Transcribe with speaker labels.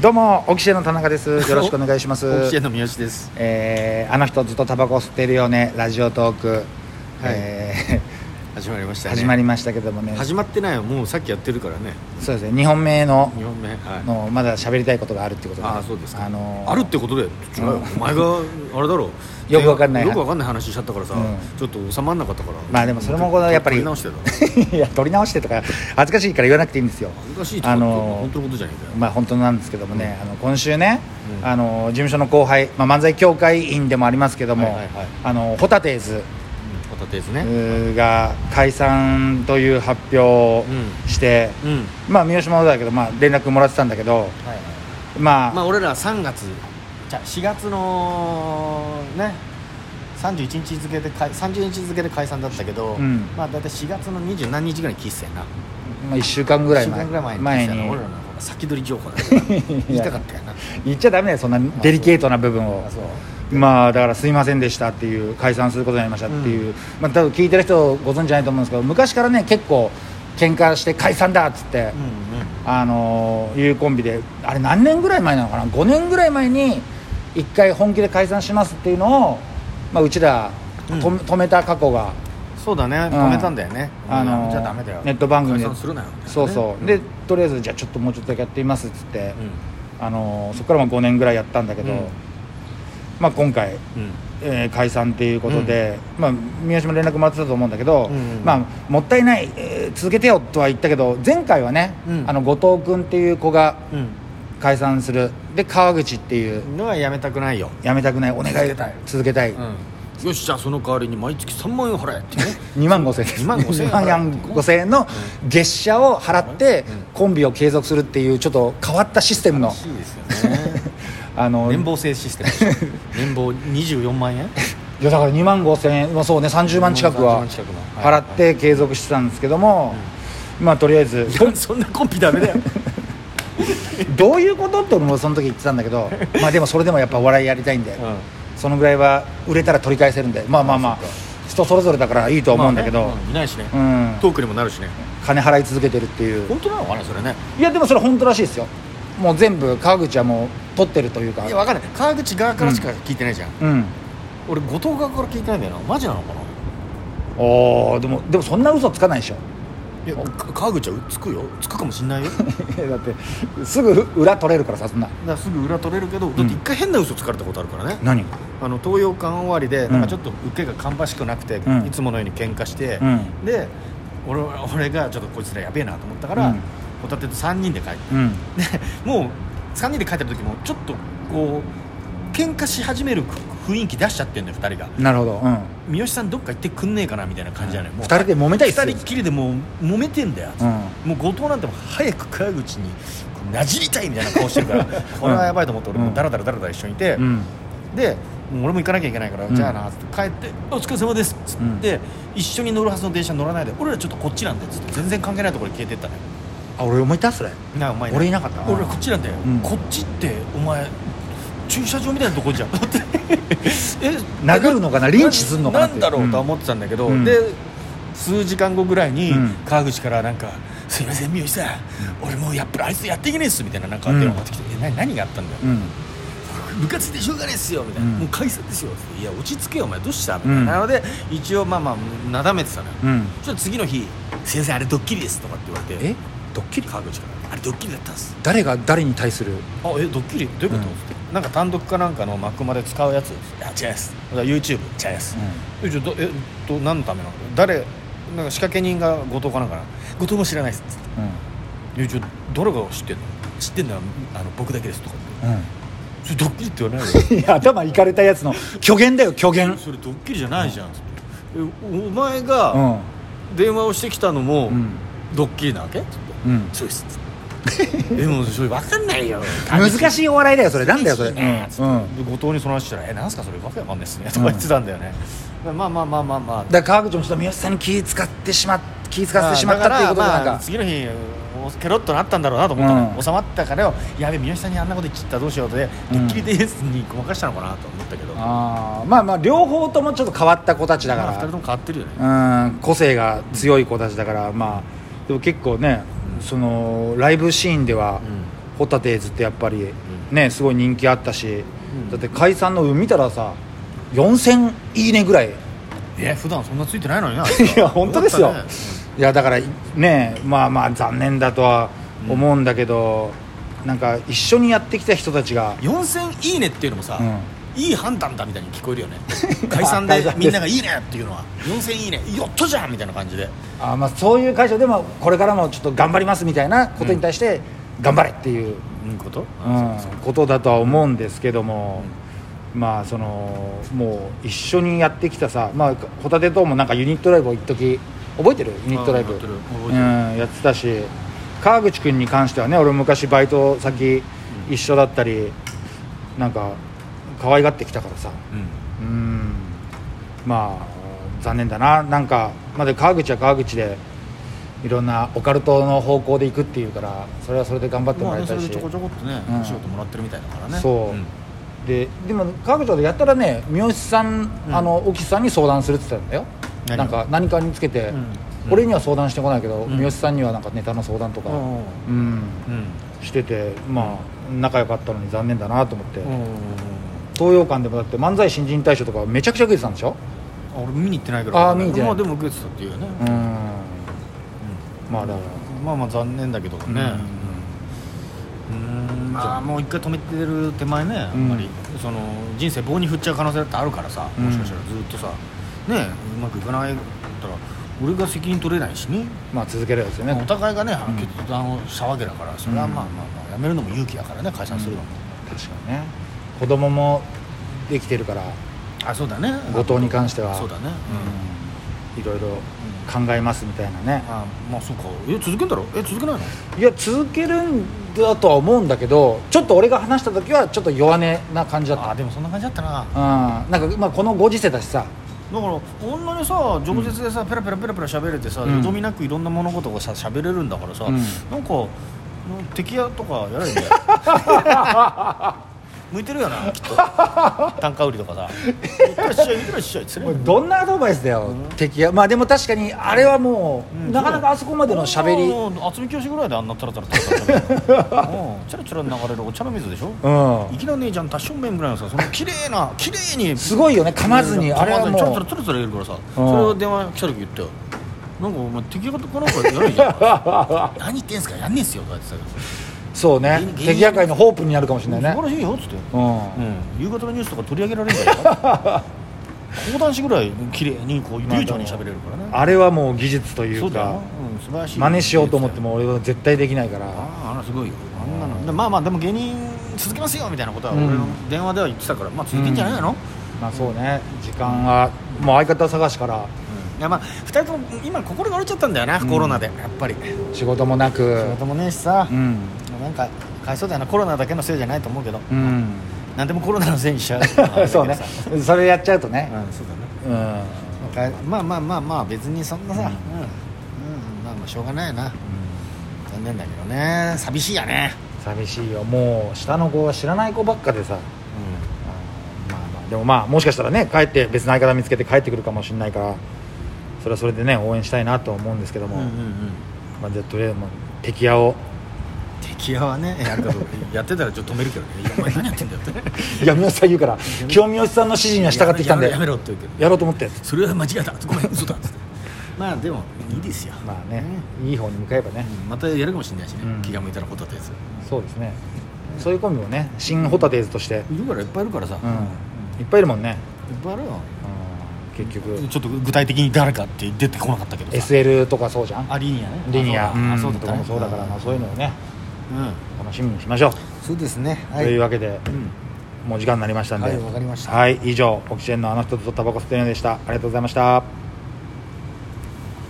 Speaker 1: どうもオキシエの田中です よろしくお願いします
Speaker 2: オキシエの三好です
Speaker 1: えーあの人ずっとタバコ吸ってるよねラジオトーク、え
Speaker 2: 始まりまし
Speaker 1: ー
Speaker 2: たね
Speaker 1: 始まりましたけどもね
Speaker 2: 始まってないよもうさっきやってるからね
Speaker 1: そうですね2本目の
Speaker 2: 2本目はい
Speaker 1: のまだ喋りたいことがあるってこと
Speaker 2: ああそうですか
Speaker 1: あのー
Speaker 2: あるってことで違うよ
Speaker 1: う
Speaker 2: お前があれだろ
Speaker 1: よくわかんない
Speaker 2: よくわかんない話しちゃったからさ
Speaker 1: うん
Speaker 2: ちょっと収まんなかったから
Speaker 1: まあでもそれもこのやっぱり
Speaker 2: 取直して た
Speaker 1: いや撮り直してとか恥ずかしいから言わなくていいんですよ
Speaker 2: 恥ずかしいって
Speaker 1: あ
Speaker 2: こと
Speaker 1: の
Speaker 2: 本当のことじゃないんだよ
Speaker 1: まあ本当なんですけどもね、あの今週ね、
Speaker 2: うん
Speaker 1: あの事務所の後輩、まあ、漫才協会員でもありますけども、
Speaker 2: はいはいはい
Speaker 1: あのホタテーズ
Speaker 2: ホタテですね
Speaker 1: うーが解散という発表をして、
Speaker 2: うん
Speaker 1: まあ三好もだけど、まあ、連絡もらってたんだけどまあ、
Speaker 2: まあ俺ら3月じゃあ4月のね31日付でかい30日付で解散だったけど、
Speaker 1: うん
Speaker 2: まあ大体4月の二十何日ぐらいに喫茶やな
Speaker 1: まあ、1週間ぐらい
Speaker 2: 1週
Speaker 1: 前
Speaker 2: 間ぐらい前に
Speaker 1: 前
Speaker 2: 喫茶やな
Speaker 1: に
Speaker 2: 俺らのほら先取り 情報だから言いたかったよな
Speaker 1: 言っちゃダメだよそんなデリケートな部分を
Speaker 2: あそう
Speaker 1: まあだからすいませんでしたっていう解散することになりましたっていう、まあ多分聞いてる人ご存知ないと思うんですけど昔からね結構喧嘩して解散だっつって、
Speaker 2: うんうん
Speaker 1: あのーいうコンビであれ何年ぐらい前なのかな5年ぐらい前に1回本気で解散しますっていうのを、まあ、うちら
Speaker 2: うん
Speaker 1: と、止めた過去が
Speaker 2: そうだね止めたんだよね、
Speaker 1: あの
Speaker 2: じゃダメだよ
Speaker 1: ネット番組で
Speaker 2: 解散するなよみたいな
Speaker 1: そ
Speaker 2: ね
Speaker 1: うそう、
Speaker 2: ん
Speaker 1: でとりあえずじゃあちょっともうちょっとだけやってみますっつって、
Speaker 2: う
Speaker 1: あのーそこからまあ5年ぐらいやったんだけど、
Speaker 2: うん
Speaker 1: まあ、今回、
Speaker 2: んうん
Speaker 1: えー解散っていうことで、まあ、三好も連絡もらってたと思うんだけど、
Speaker 2: うんうん
Speaker 1: まあ、もったいない、えー続けてよとは言ったけど前回はね、
Speaker 2: うん
Speaker 1: あの後藤君っていう子が
Speaker 2: うん
Speaker 1: 解散するで川口っていう
Speaker 2: のはやめたくないよ、
Speaker 1: やめたくないお願い
Speaker 2: 続けたい
Speaker 1: 続けたい、
Speaker 2: うん、よしじゃあその代わりに毎月3万円払えっ てね
Speaker 1: 2万5千円
Speaker 2: 2万5000円
Speaker 1: 2万5千円の月謝を払って
Speaker 2: うん
Speaker 1: コンビを継続するっていうちょっと変わったシステムの
Speaker 2: 欲しいですよね
Speaker 1: あの
Speaker 2: 年俸制システムでしょ 年俸24万円
Speaker 1: いやだから2万5千円、まあ、そうね30万近く
Speaker 2: 30
Speaker 1: は
Speaker 2: 万近くのは
Speaker 1: 払
Speaker 2: い
Speaker 1: って継続してたんですけども、まあとりあえ ず
Speaker 2: いやそんなコンビダメだよ
Speaker 1: どういうことって俺もその時言ってたんだけど まあでもそれでもやっぱお笑いやりたいんで、
Speaker 2: うん
Speaker 1: そのぐらいは売れたら取り返せるんでまあまあまあ人それぞれだからいいとは思うんだけど、
Speaker 2: まあねうんいないしね、
Speaker 1: うん
Speaker 2: トークにもなるしね
Speaker 1: 金払い続けてるっていう
Speaker 2: 本当なのかなそれね
Speaker 1: いやでもそれ本当らしいですよもう全部川口はもう取ってるというか
Speaker 2: いや分かんない川口側からしか聞いてないじゃん、
Speaker 1: うん
Speaker 2: 俺後藤側から聞いてないんだよなマジなのかな
Speaker 1: おーでもでもそんな嘘つかないでしょ
Speaker 2: いやか川口はつくよつくかもしん ないよだか
Speaker 1: だってすぐ裏取れるからさそんな
Speaker 2: らすぐ裏取れるけどだって一回変な嘘つかれたことあるからね、
Speaker 1: 何
Speaker 2: あの東洋館終わりで
Speaker 1: ん
Speaker 2: なんかちょっと受けが芳しくなくて、
Speaker 1: うん
Speaker 2: いつものように喧嘩して、
Speaker 1: うん
Speaker 2: で俺俺がちょっとこいつらやべえなと思ったから、
Speaker 1: うん
Speaker 2: ホタテと3人で帰って
Speaker 1: うん
Speaker 2: でもう3人で帰ってる時もちょっとこう喧嘩し始める雰囲気出しちゃってんのよ2人が
Speaker 1: なるほどうん
Speaker 2: 三好さんどっか行ってくんねえかなみたいな感じじゃない、もう
Speaker 1: 二人で揉めたいっすよ
Speaker 2: 2人っきりでもう揉めてんだよ、
Speaker 1: う
Speaker 2: もう後藤なんてもう早く川口にこうなじりたいみたいな顔してる からこれはやばいと思って俺もダラダラダラダラ一緒にいて、
Speaker 1: うん
Speaker 2: でもう俺も行かなきゃいけないから、
Speaker 1: うん
Speaker 2: じゃあなっつって帰って「お疲れ様です」っつって、一緒に乗るはずの電車に乗らないで俺らちょっとこっちなんでっつって全然関係ないところに消えてったのよ
Speaker 1: あ俺思いたそれ
Speaker 2: なあお前
Speaker 1: 俺いなかった
Speaker 2: 俺こっちなんだよ、
Speaker 1: うん
Speaker 2: こっちってお前駐車場みたいなとこじゃんえ
Speaker 1: 殴るのかなリンチすんのかな
Speaker 2: な
Speaker 1: ってい
Speaker 2: ん
Speaker 1: う
Speaker 2: だろうとは思ってたんだけど、
Speaker 1: うん
Speaker 2: で数時間後ぐらいに、
Speaker 1: うん
Speaker 2: 川口からなんか「すいません三好さん俺もうやっぱりあいつやっていけねえっす」みたいななんか電話がかかってきて「えな何があったんだよ」
Speaker 1: うん
Speaker 2: 部活でしょうがないっすよみたいな、
Speaker 1: うん
Speaker 2: もう解散ですよいや落ち着けよお前どうしたみた
Speaker 1: う
Speaker 2: い
Speaker 1: ん
Speaker 2: な、なので一応まあまあなだめてたのよ、
Speaker 1: うん
Speaker 2: ちょっと次の日「先生あれドッキリです」とかって言われて
Speaker 1: えドッキリ
Speaker 2: 川口から「あれドッキリだったんです
Speaker 1: 誰が誰に対する」
Speaker 2: あえドッキリどういうこ
Speaker 1: う
Speaker 2: と?」
Speaker 1: ん
Speaker 2: ってなんか単独かなんかの幕まで使うやつ「あ違います」だから YouTube「違います」えじゃあどえど何のためなの誰なんか仕掛け人が後藤かなんかな後藤も知らないっすつって
Speaker 1: う
Speaker 2: 「いやじゃあ誰が知ってんの知ってんのはあの僕だけです」とかって
Speaker 1: ん
Speaker 2: 「それドッキリって言わないよ」
Speaker 1: うんい や頭いかれたやつの虚言だよ虚言
Speaker 2: それドッキリじゃないじゃん、つってえお前が
Speaker 1: ん
Speaker 2: 電話をしてきたのも
Speaker 1: うん
Speaker 2: ドッキリなわけつって
Speaker 1: うん
Speaker 2: そうですつって でもそれ分かんないよ
Speaker 1: 難
Speaker 2: い
Speaker 1: しいお笑いだよそれなんだよそれ
Speaker 2: う
Speaker 1: うんん
Speaker 2: で
Speaker 1: うん
Speaker 2: 後藤にその話したら「えなんすかそれわけわかんないっすね」とか言ってたんだよね、まあまあまあまあまあ
Speaker 1: だから川口もちょっと三好さんに気使ってしまっ気使わせてしまったっていうことがなん
Speaker 2: まあ
Speaker 1: か
Speaker 2: 次の日ケロッとなったんだろうなと思ったの、
Speaker 1: うん
Speaker 2: 収まったからよやべ三好さんにあんなこと言っちゃったらどうしようとで
Speaker 1: う
Speaker 2: ド
Speaker 1: ん
Speaker 2: ッキリですにごまかしたのかなと思ったけど、
Speaker 1: あ
Speaker 2: ま
Speaker 1: ーまあまあ両方ともちょっと変わった子たちだ
Speaker 2: あ、2人と
Speaker 1: か
Speaker 2: も変わってるよね、
Speaker 1: らうん個性が強い子たちだからまあでも結構ねそのライブシーンでは
Speaker 2: うん
Speaker 1: ホタテーズってやっぱりねすごい人気あったし、だって解散の見たらさ4000いいねぐ らい
Speaker 2: いや普段そんなついてないのにない
Speaker 1: や本当ですよ、
Speaker 2: よかったね
Speaker 1: いやだからねまあまあ残念だとは思うんだけど、なんか一緒にやってきた人たちが
Speaker 2: 4000いいねっていうのもさ、
Speaker 1: うん
Speaker 2: いい判断だみたいに聞こ えるよね解散
Speaker 1: 解
Speaker 2: で
Speaker 1: 散です
Speaker 2: みんなが「いいね」っていうのは4000いいねやったじゃんみたいな感じで
Speaker 1: あーまあそういう会社でもこれからもちょっと頑張りますみたいなことに対して頑張れっていう、
Speaker 2: うんこと
Speaker 1: うんことだとは思うんですけども、まあそのもう一緒にやってきたさ、まあ、ホタテともなんかユニットライブを一時覚えてるユニットライブ
Speaker 2: あー覚えてる覚え
Speaker 1: うん、
Speaker 2: てる
Speaker 1: やってたし川口君に関してはね俺昔バイト先一緒だったりなんか可愛がってきたからさ
Speaker 2: うん
Speaker 1: うんまあ残念だななんかまだ川口は川口でいろんなオカルトの方向で行くっていうからそれはそれで頑張っても
Speaker 2: まあ
Speaker 1: らい
Speaker 2: ねそ
Speaker 1: たい
Speaker 2: れ
Speaker 1: し、
Speaker 2: でちょこちょこっとね、
Speaker 1: うん
Speaker 2: お仕事もらってるみたいだからね
Speaker 1: そう、
Speaker 2: ん
Speaker 1: ででも川口でやったらね三好さん、あの沖さんに相談するって言ってたんだよ
Speaker 2: 何を
Speaker 1: なんか何かにつけて、
Speaker 2: うん
Speaker 1: 俺には相談してこないけど、
Speaker 2: ん
Speaker 1: 三好さんにはなんかネタの相談とか、
Speaker 2: う
Speaker 1: うん
Speaker 2: ん
Speaker 1: しててまあ仲良かったのに残念だなと思って、
Speaker 2: うんうん
Speaker 1: 東洋館でもだって漫才新人大賞とかめちゃくちゃ受けてたんでしょ
Speaker 2: あ俺見に行ってないけど
Speaker 1: あー見に行ってない
Speaker 2: まあでも受けてたっていうね、
Speaker 1: うん、まあだか
Speaker 2: まあまあ残念だけどね
Speaker 1: ら、
Speaker 2: うんまあもう一回止めてる手前ねやっぱり、その人生棒に振っちゃう可能性だってあるからさ
Speaker 1: うん
Speaker 2: もしかしたらずっとさねうまくいかないだったら俺が責任取れないしね
Speaker 1: まあ続けるんですよね、
Speaker 2: お互いがね決断をしたわけだからそれはまあまあまあやめるのも勇気だからね解散するのも、
Speaker 1: 確かにね子供もできてるから
Speaker 2: あそうだね
Speaker 1: 後藤に関しては
Speaker 2: そうだね
Speaker 1: いろいろ考えますみたいなね
Speaker 2: うん、あまあそうかえ続けんだろえ続けないの
Speaker 1: いや続けるんだとは思うんだけどちょっと俺が話した時はちょっと弱音な感じだった
Speaker 2: あでもそんな感じだったな
Speaker 1: うんなんか、まあ、このご時世だしさ
Speaker 2: だからこんなにさ饒舌でさ、ペラペラペラペラ喋れてさ、
Speaker 1: うん
Speaker 2: よどみなくいろんな物事がさ喋れるんだからさ、
Speaker 1: うん
Speaker 2: なんか敵屋とかやられ て向いてるよなきっと単価売りとかさ「いってらっしゃいいってらっし ゃい」つれ
Speaker 1: おいどんなアドバイスだよ、敵やまあでも確かにあれはもう、
Speaker 2: うん
Speaker 1: なかなかあそこまでの喋りうん
Speaker 2: り渥美清ぐらいであんなタラタラタラタラ タラうんチャラチャラ流れるお茶の水でしょ、いきなりねえじゃん多少麺ぐらいのさその綺麗な綺麗に
Speaker 1: すごいよね噛まずにあれはも
Speaker 2: ちょろちょろ
Speaker 1: う
Speaker 2: ちょろちょろ入れるからさ、それを電話来た時言ったよなんかお前敵方かなんかやるじゃん何言ってんすかやんねえっすよとか言ってたけ
Speaker 1: そうね
Speaker 2: 芸人
Speaker 1: 敵や界のホープになるかもしれ
Speaker 2: ど、
Speaker 1: ない
Speaker 2: 素
Speaker 1: ね
Speaker 2: 晴らしいよっつって、
Speaker 1: うん
Speaker 2: うん、夕方のニュースとか取り上げられるんだよ講談師ぐらい綺麗にこう流暢に喋れるからね、
Speaker 1: あれはもう技術とい
Speaker 2: そううだよ
Speaker 1: か、
Speaker 2: うん、素晴らしい
Speaker 1: 真似しようと思っても俺は絶対できないから
Speaker 2: ああのすごいよあんなのでまあまあでも芸人続けますよみたいなことは俺の電話では言ってたから、まあ続けんじゃないの、
Speaker 1: まあそうね時間はもう相方探しから
Speaker 2: いやまあ2人とも今心が折れちゃったんだよな、コロナでやっぱり
Speaker 1: 仕事もなく
Speaker 2: 仕事もねえしさ
Speaker 1: う、ん
Speaker 2: なんかかわいそうだよなコロナだけのせいじゃないと思うけど、
Speaker 1: うん
Speaker 2: なんでもコロナのせいにしちゃう あれだけどさ
Speaker 1: そうねそれやっちゃうとね
Speaker 2: うんそうだね
Speaker 1: うん、
Speaker 2: なんかまあまあまあまあ別にそんなさ、うんうんまあまあしょうがないよな残念だけどね寂しいやね、
Speaker 1: 寂しいよもう下の子は知らない子ばっかでさまあまあでもまあもしかしたらね帰って別の相方見つけて帰ってくるかもしれないからそれはそれでね応援したいなと思うんですけども、
Speaker 2: うんうんうん
Speaker 1: まあ、じゃあとりあえずもう敵屋を
Speaker 2: 敵屋はねやるかどうかやってたらちょっと止めるけどねいやお前何やってんだよって
Speaker 1: い や三好さん言うから今日三好さんの指示には従ってきたんで
Speaker 2: やめろやめろって言うけど
Speaker 1: やろうと思って
Speaker 2: それは間違えたごめん嘘だっつってまあでもいいですよ
Speaker 1: まあね、いい方に向かえばね、
Speaker 2: うんまたやるかもしれないしね、
Speaker 1: うん
Speaker 2: 気が向いたらホタテです
Speaker 1: そうですねそういうコンビもね新ホタテーズとして、
Speaker 2: いるからいっぱいいるからさ、
Speaker 1: う
Speaker 2: いっ
Speaker 1: ん、いっぱいいるもんね、
Speaker 2: ぱいあるよ
Speaker 1: うん、結局
Speaker 2: ちょっと具体的に誰かって出てこなかったけどさ
Speaker 1: SL とかそうじゃん
Speaker 2: あリニアね
Speaker 1: リニア
Speaker 2: あ
Speaker 1: ん
Speaker 2: そうだ
Speaker 1: とかもそうだからまあそういうのをね
Speaker 2: うん
Speaker 1: 楽しみにしましょう、
Speaker 2: そうですねは
Speaker 1: という
Speaker 2: い、
Speaker 1: わけで
Speaker 2: うん
Speaker 1: もう時間になりましたんで
Speaker 2: はいわかりました
Speaker 1: はい以上オキシエンのあの人とタバコ吸ってるのでしたありがとうございました